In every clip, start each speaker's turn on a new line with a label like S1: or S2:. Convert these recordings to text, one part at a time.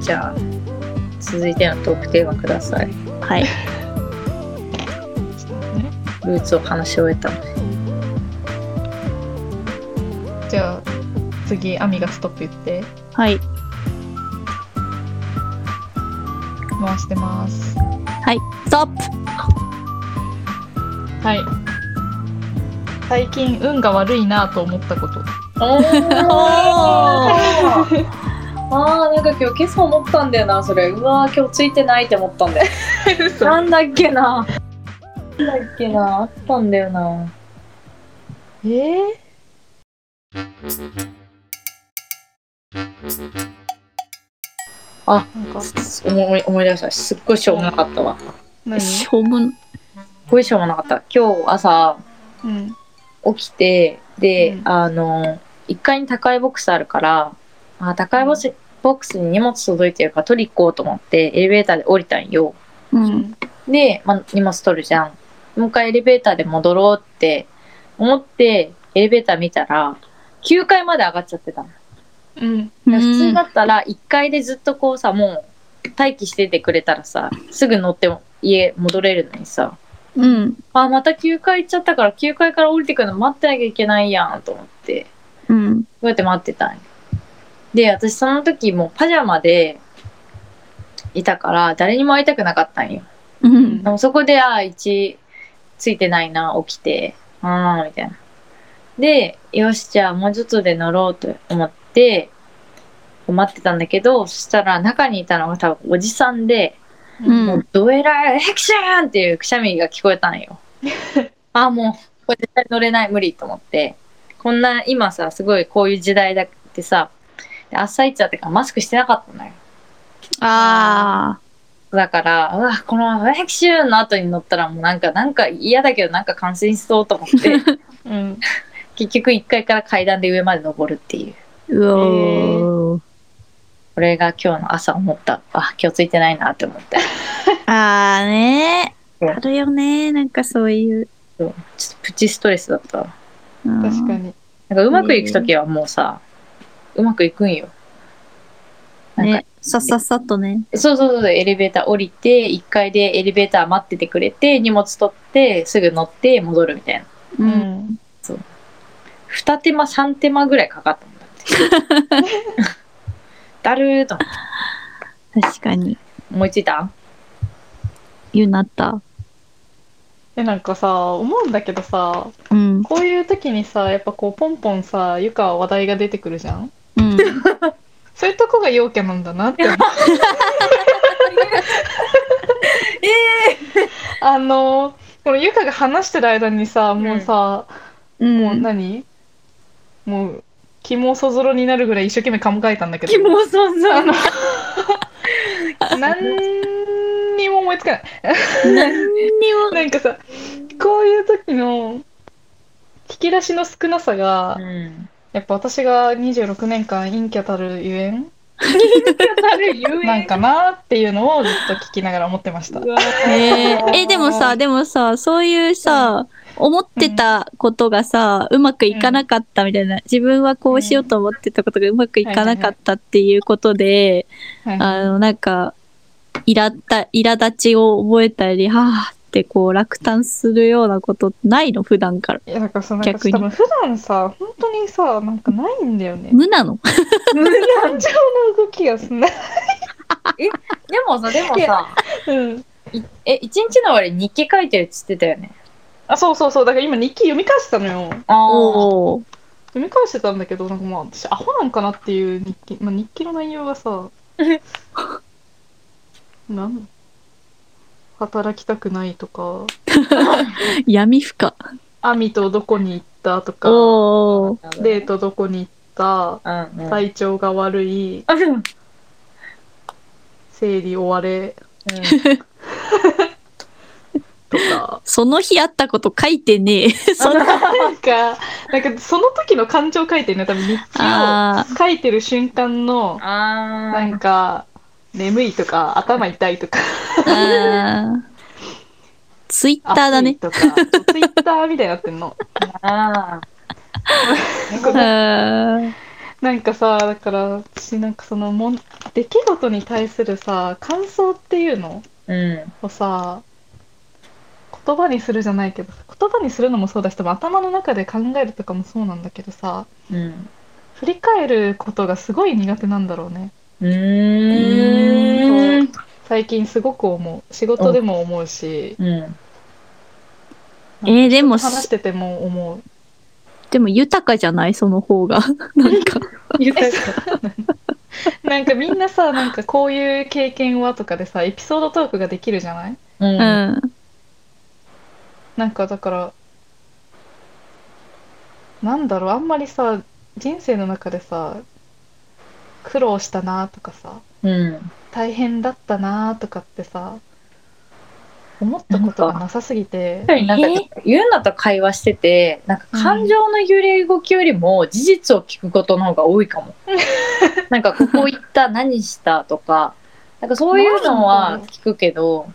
S1: じゃあ続いてのトークテーマください
S2: はい。
S1: ルーツを話し終え たので
S3: じゃあ次アミがストップ言って
S2: はい。
S3: 回してます
S2: はい。ストップ
S3: はい最近運が悪いなと思ったこと
S1: あー あーなんか今日今朝思ったんだよなそれうわー今日ついてないって思ったん だよなんだっけななんだっけなあったんだよな
S3: えー、
S1: あ
S3: なんか
S1: 思い思い出したすっごいしょうもなかったわすっ
S3: 何
S2: しょうもん。
S1: ごいしょうもなかった今日朝
S3: うん
S1: 起きてで、
S3: うん
S1: あの1階に高いボックスあるからあ高いボス、ボックスに荷物届いてるから取り行こうと思ってエレベーターで降りたんよ
S2: うん。
S1: で、まあ、荷物取るじゃんもう一回エレベーターで戻ろうって思ってエレベーター見たら9階まで上がっちゃってたの
S3: うん
S1: 普通だったら1階でずっとこうさもう待機しててくれたらさすぐ乗って家戻れるのにさ
S2: うん。
S1: あまた9階行っちゃったから9階から降りてくるの待ってなきゃいけないやんと思って
S2: うん。
S1: こうやって待ってたんよで私その時もうパジャマでいたから誰にも会いたくなかったんよ
S2: うん。
S1: でもそこであー1ついてないな起きてああみたいなでよしじゃあもうちょっとで乗ろうと思って待ってたんだけどそしたら中にいたのが多分おじさんで
S2: うん
S1: もうどえらいヘクシャーンっていうくしゃみが聞こえたん よあーもうこれ絶対乗れない無理と思ってこんな今さすごいこういう時代だってさで朝一だったからマスクしてなかったのよ
S2: ああ。
S1: だから、うわ、このワクシューの後に乗ったらもうなんか、なんか嫌だけどなんか感染しそうと思 って、
S3: うん
S1: 結局1階から階段で上まで登るっていう。
S2: うおー。
S1: これが今日の朝思った。あ、今日ついてないなって思って。
S2: ああね
S1: うん
S2: あるよねなんかそういう。
S1: ちょっとプチストレスだったわ。
S2: うん
S3: 確かに
S1: なんかうまくいくときはもうさ、うまくいくんよ。なんか、
S2: ね。さっさっさっとね。
S1: そうそうそう、エレベーター降りて、1階でエレベーター待っててくれて、荷物取って、すぐ乗って戻るみたいな。
S2: う。
S3: うんん
S1: 2手間3手間ぐらいかかったんだって。 だるーと思って
S2: 確かに。
S1: 思いついた
S2: 言うなった。
S3: えなんかさ思うんだけどさ
S2: うん。
S3: こういう時にさやっぱこうポンポンさゆか話題が出てくるじゃん
S2: うん。
S3: そういうとこが陽キャなんだなって思うあのこのゆかが話してる間にさもうさ、
S2: うん。
S3: もう何もうキモそぞろになるぐらい一生懸命考えたんだけど
S1: そうそう。
S3: 何にも思いつかない
S2: にも。
S3: なんかさこういう時の引き出しの少なさが、
S1: うん。
S3: やっぱ私が26年間陰キャたるゆえん
S1: なるゆ
S3: なんかなっていうのをずっと聞きながら思ってました。
S2: えーえ、でもさ、でもさ、そういうさ、思ってたことがさ、うまくいかなかったみたいな、自分はこうしようと思ってたことがうまくいかなかったっていうことで、
S3: はい
S2: あの、なんか、イラった、苛立ちを覚えたり、はぁってこう落胆するようなことないの、普段から。
S3: いや、なんかさ、なんか
S2: 逆に
S3: 多分普段さ、本当にさ、なんかないんだよね。
S2: 無なの
S3: 感情の動きがすんない。
S1: でもさ、でも
S3: い
S1: さ、
S3: うん。
S1: いえ、一日の終わりに日記書いてるっつってたよね。
S3: あ、そうそうそう。だから今日記読み返してたのよ。
S1: ああ。
S2: おー
S3: 読み返してたんだけど、なんかまあ、私アホなんかなっていう日記、まあ日記の内容がさ、なん働きたくないとか、
S2: 闇深。
S3: アミとどこに行ったとか、
S2: おー
S3: デー。トどこに行った、
S1: うんうん。
S3: 体調が悪い、
S1: うんうん
S3: 生理終われとか、
S2: その日あったこと書いてね え。そんな、
S3: なんか、なんかその時の感情書いてるね、多分日
S2: あ
S3: 記を書いてる瞬間の、
S1: あ
S3: なんか、眠いとか、頭痛いとか、
S2: あーツイッターだ
S3: 暑
S2: ね
S3: い。とか、ツイッターみたいになってんの。
S1: あ。ああ。
S2: あー
S3: なんかさ、だから、私なんかそのもん、出来事に対するさ、感想っていうの
S1: うん。
S3: をさ、言葉にするじゃないけど、言葉にするのもそうだし、多分頭の中で考えるとかもそうなんだけどさ、
S1: うん。
S3: 振り返ることがすごい苦手なんだろうね。
S1: うーん。
S3: 最近すごく思う。仕事でも思うし、
S1: うん。
S2: えーでも、
S3: 話してても思う。
S2: でも豊かじゃないその方 が。なんか。
S3: えそうなんかみんなさ、なんかこういう経験はとかでさ、エピソードトークができるじゃない
S1: うん。
S2: う
S3: なんかだから、なんだろう、あんまりさ、人生の中でさ、苦労したなとかさ、
S1: うん。
S3: 大変だったなとかってさ、思ったことがなさすぎて
S1: やっ、ぱりなんか言うんだったら会話してて、なんか感情の揺れ動きよりも事実を聞くことの方が多い かも。なんかここ行った、何したとか、なんかそういうのは聞くけど、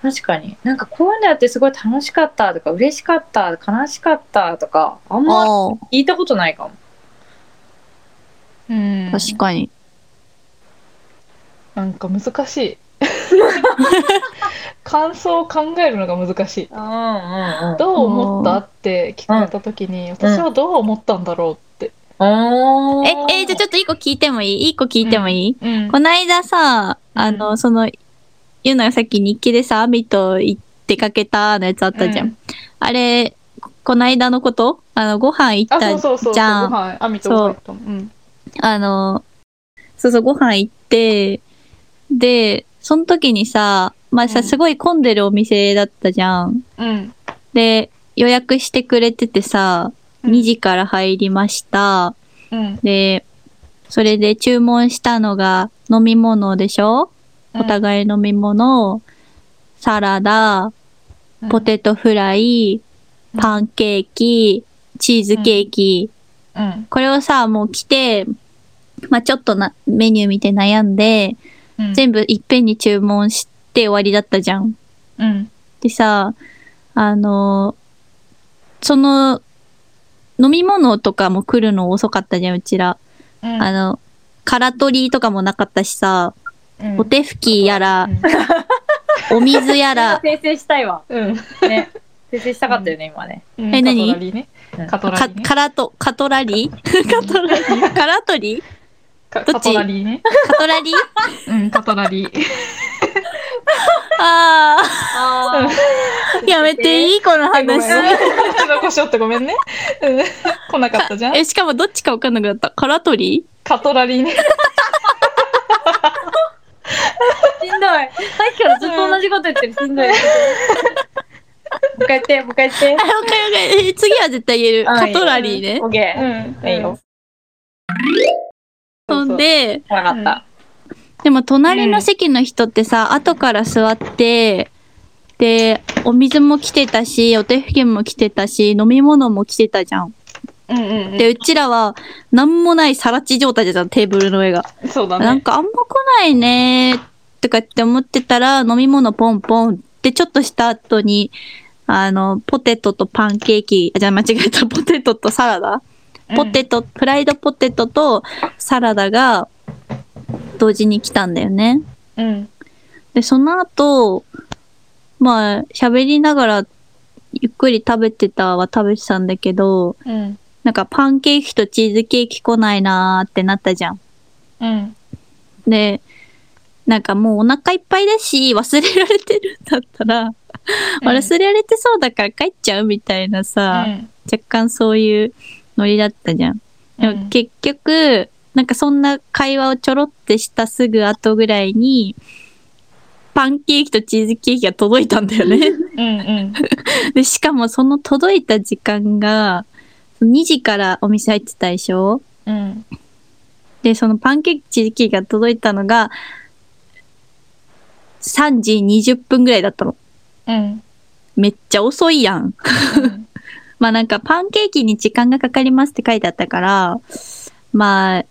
S1: 確かになんかこういうのやってすごい楽しかったとか、嬉しかった、悲しかったとか、あん
S2: ん。
S1: ま
S2: ああ、
S1: 聞いたことないかも。
S3: うん、
S2: 確かに。
S3: なんか難し い。感想を考えるのが難しい。
S1: うんうんうん。
S3: どう思ったって聞かれた時に、私はどう思ったんだろうって。
S1: お
S2: え、えーじゃあちょっと一個聞いてもいい一個聞いてもいい、
S3: うん
S2: こないださ、あの、
S3: うん
S2: その、ゆうながさっき日記でさ、アミと行ってかけたのやつあったじゃん。
S3: う
S2: あれ、ここないだのことあの、ご飯行っ
S3: あ、
S2: た
S3: そうそうそうそう。
S2: じゃん
S3: ご飯、網とご飯行ったもんうん。
S2: あの、そうそう、ご飯行って、で、その時にさ、まあ
S3: う
S2: さ、
S3: ん
S2: すごい混んでるお店だったじゃん。
S3: うん。
S2: で、予約してくれててさ、2時から入りました。
S3: うん。
S2: で、それで注文したのが飲み物でしょお互い飲み物、サラダ、
S3: うん
S2: ポテトフライ、
S3: うん
S2: パンケーキ、チーズケーキ。
S3: うん。
S2: これをさ、もう来て、まあ、ちょっとな、メニュー見て悩んで、
S3: うん。
S2: 全部いっぺんに注文して終わりだったじゃん。
S3: うん。
S2: でさ、あのーその、飲み物とかも来るの遅かったじゃん、うちら。
S3: うん。
S2: あの、空取りとかもなかったしさ、
S3: うん
S2: お手拭きやら、お水や ら、
S1: 訂正したいわ。
S3: うん。
S1: ね。訂正したかったよね、今ね。
S3: うん
S2: え何
S3: カトラリーね
S1: うん。
S3: カトラ
S2: か、
S3: リーね。
S2: カラト、カトラリーカトラリーカラトリー
S3: か
S2: どっ
S3: カ
S2: ち
S3: トラリーね。
S2: カトラリー
S3: うん、カトラリー。
S2: あ
S1: あ
S2: ー、やめていいこの
S3: ごめん。
S2: 話。
S3: 残しよってごめんね。うん来なかったじゃん。
S2: え、しかもどっちかわかんなくなった。カラトリ
S3: カトラリーね。
S1: しんどい。さっきからずっと同じこと言ってる。しんどい。もう一回やって、もう一回やって
S2: ーあ、。わかるわかるえ次は絶対言える。
S1: あ
S2: カトラリーね
S1: オ。ッケー。
S3: うん。
S1: いいよ。
S2: そんで、
S1: わかった。
S2: でも隣の席の人ってさ、後から座って、で、お水も来てたし、お手拭きも来てたし、飲み物も来てたじゃん。
S3: うんうん
S2: で、うちらは、なんもないさら地状態じゃん、テーブルの上が。
S3: うん。そうだ
S2: なん
S3: ね。
S2: かあんま来ないねとかって思ってたら飲み物ポンポンってちょっとした後にあのポテトとパンケーキあじゃあ間違えたポテトとサラダ、ポテトフライドポテトとサラダが同時に来たんだよね
S3: うん。
S2: でその後まあ喋りながらゆっくり食べてたは食べてたんだけど
S3: うん。
S2: なんかパンケーキとチーズケーキ来ないなーってなったじゃん
S3: うん。
S2: で、なんかもうお腹いっぱいだし、忘れられてるんだったら、忘れられてそうだから帰っちゃうみたいなさ、若干そういうノリだったじゃん。
S3: う
S2: で
S3: ん
S2: も結局、なんかそんな会話をちょろってしたすぐ後ぐらいに、パンケーキとチーズケーキが届いたんだよね。
S3: うんうん。
S2: で、しかもその届いた時間が、2時からお店入ってたでしょ
S3: うん。
S2: で、そのパンケーキ、チーズケーキが届いたのが、3時20分ぐらいだったの。
S3: うん。
S2: めっちゃ遅いやん。まあなんかパンケーキに時間がかかりますって書いてあったから、まあ、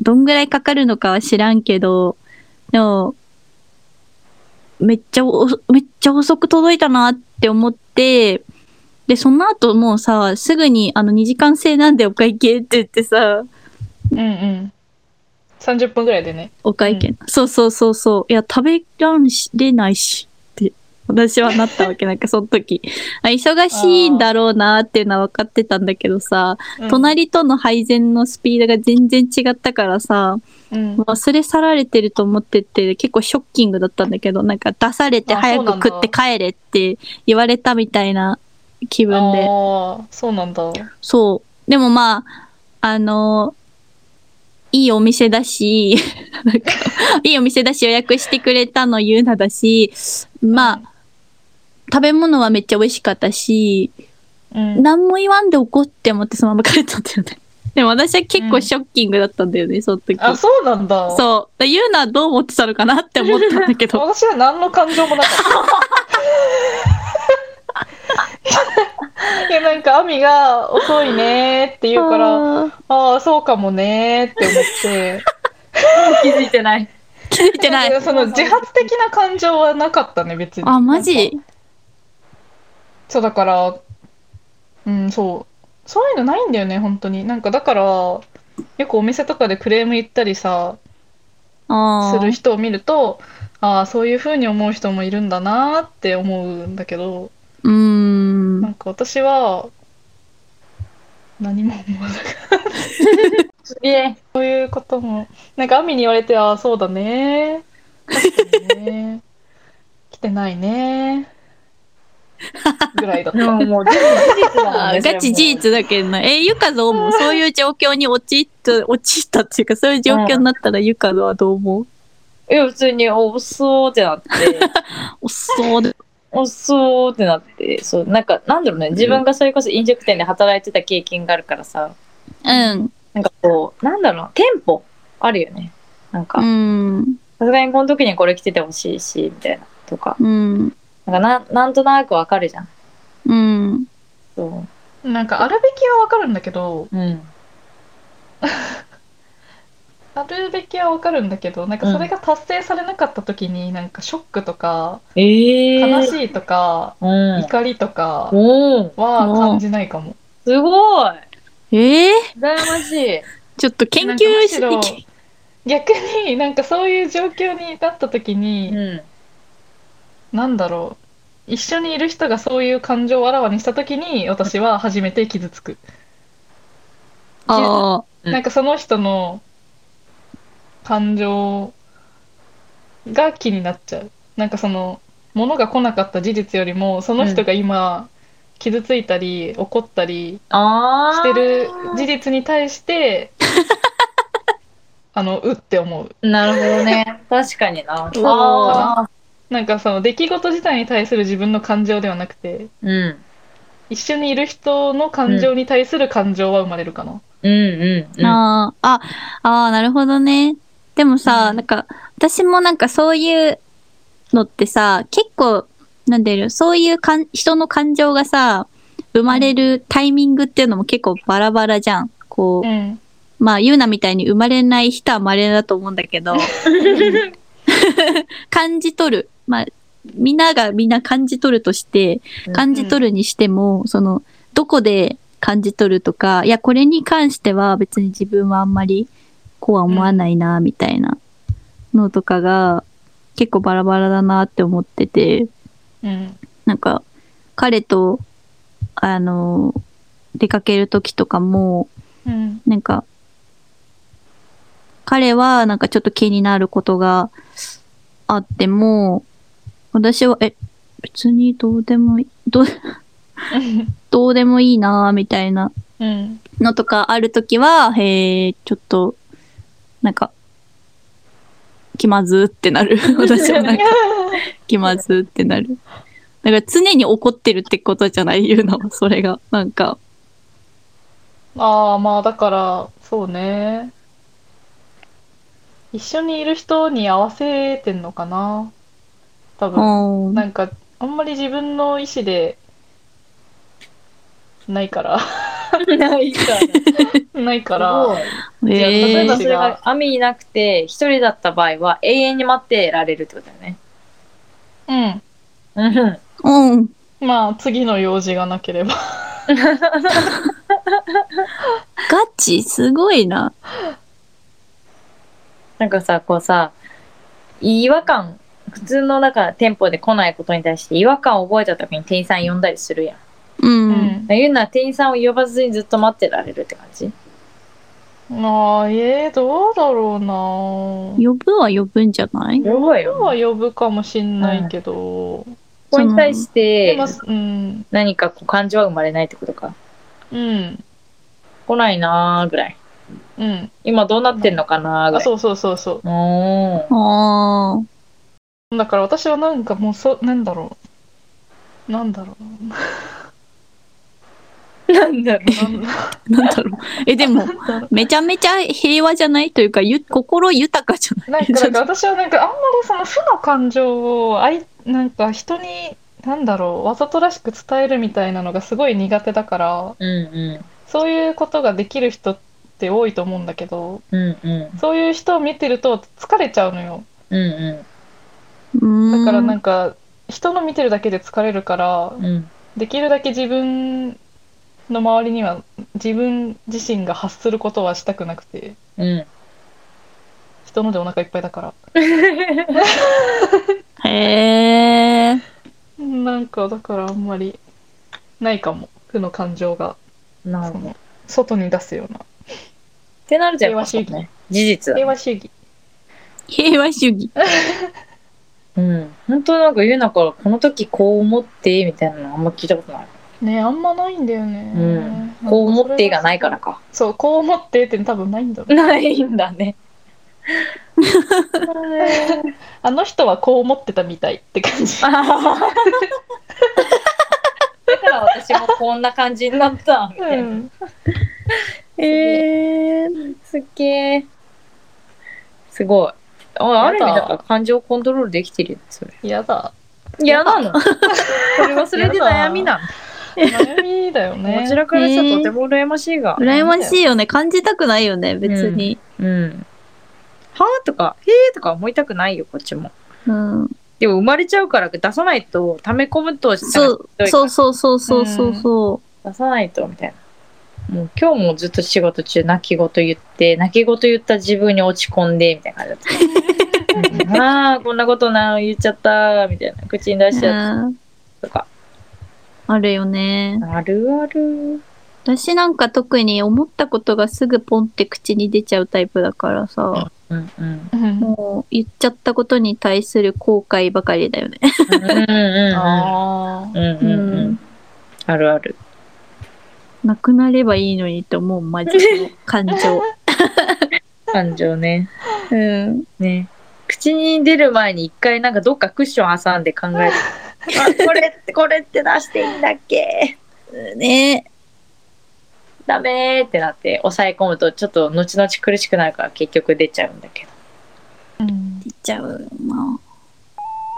S2: どんぐらいかかるのかは知らんけど、でも、めっちゃお、めっちゃ遅く届いたなって思って、で、その後もうさ、すぐにあの2時間制なんでお会計って言ってさ、
S3: うんうん。30分ぐらいでね。
S2: お会計、そうそうそうそう。いや、食べらんしれないしって、私はなったわけなんか、その時。あ忙しいんだろうなっていうのは分かってたんだけどさ、
S3: うん、
S2: 隣との配膳のスピードが全然違ったからさ、
S3: うん、
S2: 忘れ去られてると思ってて、結構ショッキングだったんだけど、なんか出されて
S3: あ
S2: 早
S3: そう
S2: く
S3: なんだ
S2: 食って帰れって言われたみたいな気分で。
S3: ああ、そうなんだ。
S2: そう。でもまあ、あのいいお店だし、なんか、いいお店だし予約してくれたのゆうなだし、まあ、食べ物はめっちゃ美味しかったし、
S3: うん、
S2: 何も言わんで怒って思ってそのまま帰ったんだよね。でも私は結構ショッキングだったんだよね、その時。
S3: あ、そうなんだ。う。
S2: そう。でゆうなはどう思ってたのかなって思ったんだけど。
S3: 私は何の感情もなか った。いや、なんか、アミが遅いねーって言うから、あ
S2: あー
S3: あー、そうかもねーって思って。
S1: 気づいてない。
S2: 気づいてない。
S3: その自発的な感情はなかったね、別に。
S2: あ、マ
S3: なん
S2: ジ
S3: かそう、だから、うん、そう。そういうのないんだよね、本当に。なんか、だから、よくお店とかでクレーム言ったりさ、
S2: あ
S3: す
S2: ー
S3: る人を見ると、ああ、そういう風に思う人もいるんだなーって思うんだけど、
S2: うーん。
S3: なんか私は、何も思わなかった。
S1: すげえ。
S3: そういうことも、なんか、アミに言われて、ああ、そうだねー。確かにね。来てな いねー。ぐらいだっ
S1: で
S3: た。
S1: ももう全部事実だも
S2: あ
S1: ん
S2: ー
S1: ね。
S2: ガチ事実だけどな。え、ゆかぞもそういう状況に陥った、陥ったっていうか、そういう状況になったらゆかぞはどう思う
S1: え、普通に、おそうって なって、
S2: おっそうで。
S1: おそうってなって、そう、なんか、なんだろうね、自分がそれこそ飲食店で働いてた経験があるからさ、
S2: うん。
S1: なんかこう、なんだろうな、店舗あるよね。なんか
S2: う、ん。
S1: さすがにこの時にこれ着ててほしいし、みたいな、とか、
S2: うん。
S1: なんかなん、なんとなくわかるじゃん。
S2: うん。
S1: そ
S3: なんか、あるべきはわかるんだけど、
S1: う。うん。
S3: あるべきはわかるんだけど、なんかそれが達成されなかった時に、なんかショックとか、
S1: ええー。
S3: 悲しいとか、
S1: うん。
S3: 怒りとか
S1: おお、
S3: は感じないかも。
S1: すごい
S2: ええ
S1: 羨ましい。
S2: ちょっと研
S3: な
S2: 究
S3: んかむし
S2: し
S3: ろ逆になんかそういう状況になった時 に、
S1: うん。
S3: なんだろう。一緒にいる人がそういう感情をあらわにした時に、私は初めて傷つく。
S2: ああ。
S1: うん
S3: なんかその人の感情が気になっちゃう。なんかその、物が来なかった事実よりも、その人が今、傷ついたり、怒ったり
S1: ああ。
S3: してる事実に対して、あの、うって思う。
S1: なるほどね。確かにな。
S2: うん
S1: ああ。
S3: なんかその、出来事自体に対する自分の感情ではなくて、
S1: うん。
S3: 一緒にいる人の感情に対する感情は生まれるかな。
S1: うんうんうん。
S2: あーあ、あーなるほどね。でもさ、
S3: うん
S2: なんか、私もなんかそういうのってさ、結構、なんでる、そういうかん人の感情がさ、生まれるタイミングっていうのも結構バラバラじゃん。こう
S3: う、ん。
S2: まあ、ゆうなみたいに生まれない人は稀だと思うんだけど、感じ取る。まあ、みんながみんな感じ取るとして
S1: うん、
S2: 感じ取るにしても、その、どこで感じ取るとか、いや、これに関しては別に自分はあんまりこうは思わないな、みたいなのとかが、結構バラバラだなって思ってて、
S3: うん。
S2: なんか、彼と、あの、出かける時とかも、
S3: うん。
S2: なんか、彼はなんかちょっと気になることがあっても、私は、え、別にどうでもいい、どう、どうでもいいなぁ、みたいな
S3: うん。
S2: のとかあるときは、へえ、ちょっと、なんか、気まずってなる。私はなんか、気まずってなる。だから常に怒ってるってことじゃない言うのは、それが。なんか、
S3: ああ、まあだから、そうね。一緒にいる人に合わせてんのかな。多
S2: う
S3: 分。
S2: ん。
S3: なんか、あんまり自分の意思で、ないから。
S1: ないから。
S3: ないか
S1: だ
S3: ら。
S2: え
S1: 例え
S2: え
S1: ばそれが網いなくて、一人だった場合は永遠に待ってられるってことだよね。
S3: う
S1: う
S3: ん。
S1: ん。
S2: うん。
S3: まあ、次の用事がなければ。
S2: ガチすごいな。
S1: なんかさ、こうさ、違和感、普通のなんか店舗で来ないことに対して違和感を覚えた時に店員さん呼んだりするやん。
S2: うん。
S1: 言うなら店員さんを呼ばずにずっと待ってられるって感じ
S3: ああ、えー、どうだろうな。
S2: 呼ぶは呼ぶんじゃない
S1: 呼ぶわよ。
S3: 今は呼ぶかもしんないけど。
S1: これに対して
S3: 今、うん、
S1: 何かこう感情は生まれないってことか。
S3: うん、
S1: 来ないなーぐらい。
S3: うん。
S1: 今どうなってんのかなーぐら
S3: あ、
S1: い。
S3: そうそうそうそう。
S1: おー
S2: ああ。
S3: だから私はなんかもうそ、なんだろう。なんだろう。
S1: なんだろ
S3: なんだ
S2: なんだろう。え、でも、
S3: なんだろ
S2: めちゃめちゃ平和じゃないというか、ゆ心豊かじゃな
S3: う。なんか、なんか私はなんかあんまりその負の感情を、あい、なんか人に、なんだろう、わざとらしく伝えるみたいなのがすごい苦手だから、
S1: う。うん
S3: そういうことができる人って多いと思うんだけど、
S1: うん。うんうん。
S3: そういう人を見てると疲れちゃうのよ。
S1: うん
S2: いうん。
S3: だからなん
S2: か、
S3: んか、人の見てるだけで疲れるから
S1: う、ん。うん。
S3: できるだけ自分の周りには自分自身が発することはしたくなくて
S1: うん。
S3: 人のでお腹いっぱいだから
S2: へえ。
S3: なんかだからあんまりないかも負の感情が
S1: な
S3: そ
S1: るほど。っ
S3: の外に出すような
S1: てなるじゃん。
S3: 平和主義
S1: やっぱね事実
S3: 平
S1: だ。
S3: 和主義
S2: 平和主義。
S1: うん。本当なんか言うなから、この時こう思って、みたいなのあんま聞いたことない。
S3: ねあんまないんだよね、
S1: うんこう思ってがないからか。
S3: そうこう思ってって多分ないんだろう
S1: ないんだね。
S3: あの人はこう思ってたみたいって感じ
S1: あははだから私もこんな感じになった。みた
S3: う
S1: いなん
S2: ええ。
S1: すっげー。すごい。あある意味だから感情コントロールできてるよね、それ。
S3: 嫌だ
S1: 嫌なの。それはそれで悩みなの。
S3: 悩みだよね
S1: こちらからしたらとても羨ましいが。
S2: 羨ましいよね。感じたくないよね、別に。
S1: うん。はぁとか、へーとか思いたくないよ、こっちも。
S2: うん。
S1: でも生まれちゃうから出さないと、溜め込むとしたら
S2: そ
S1: ひ
S2: う
S1: どいから
S2: そうそうそうそうそうそ
S1: 出さないと、みたいな。もう今日もずっと仕事中泣き言言って、泣き言言った自分に落ち込んで、みたいな感じだった。 ああ、こんなことな、言っちゃった、みたいな。口に出
S2: う。
S1: しちゃっ
S2: うん
S1: たとか。
S2: あるよね。
S1: あるある。
S2: 私なんか特に思ったことがすぐポンって口に出ちゃうタイプだからさ、
S1: うんうん。
S3: うん
S2: もう言っちゃったことに対する後悔ばかりだよね。
S1: うん うん
S3: あ
S1: うん。うんうんうん。あるある。
S2: なくなればいいのにって思う、マジで。感情。
S1: 感情ね。
S2: うん。
S1: ね。口に出る前に一回なんかどっかクッション挟んで考えて。 あこれって、これって出していいんだっけ
S2: ね
S1: ダメーってなって抑え込むとちょっと後々苦しくなるから結局出ちゃうんだけど。
S3: あうん
S2: 出ちゃうな。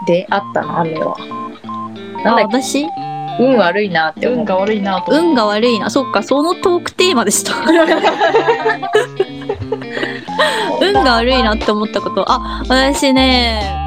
S1: で、あったの、雨は。
S2: あ、
S1: なんだっ
S2: 私
S1: け、運悪いなって思
S3: 運
S1: う。
S3: が悪いなと思う
S2: 運が悪いな。そっか、そのトークテーマ でした。運が悪いなって思ったこと。あ、私ね、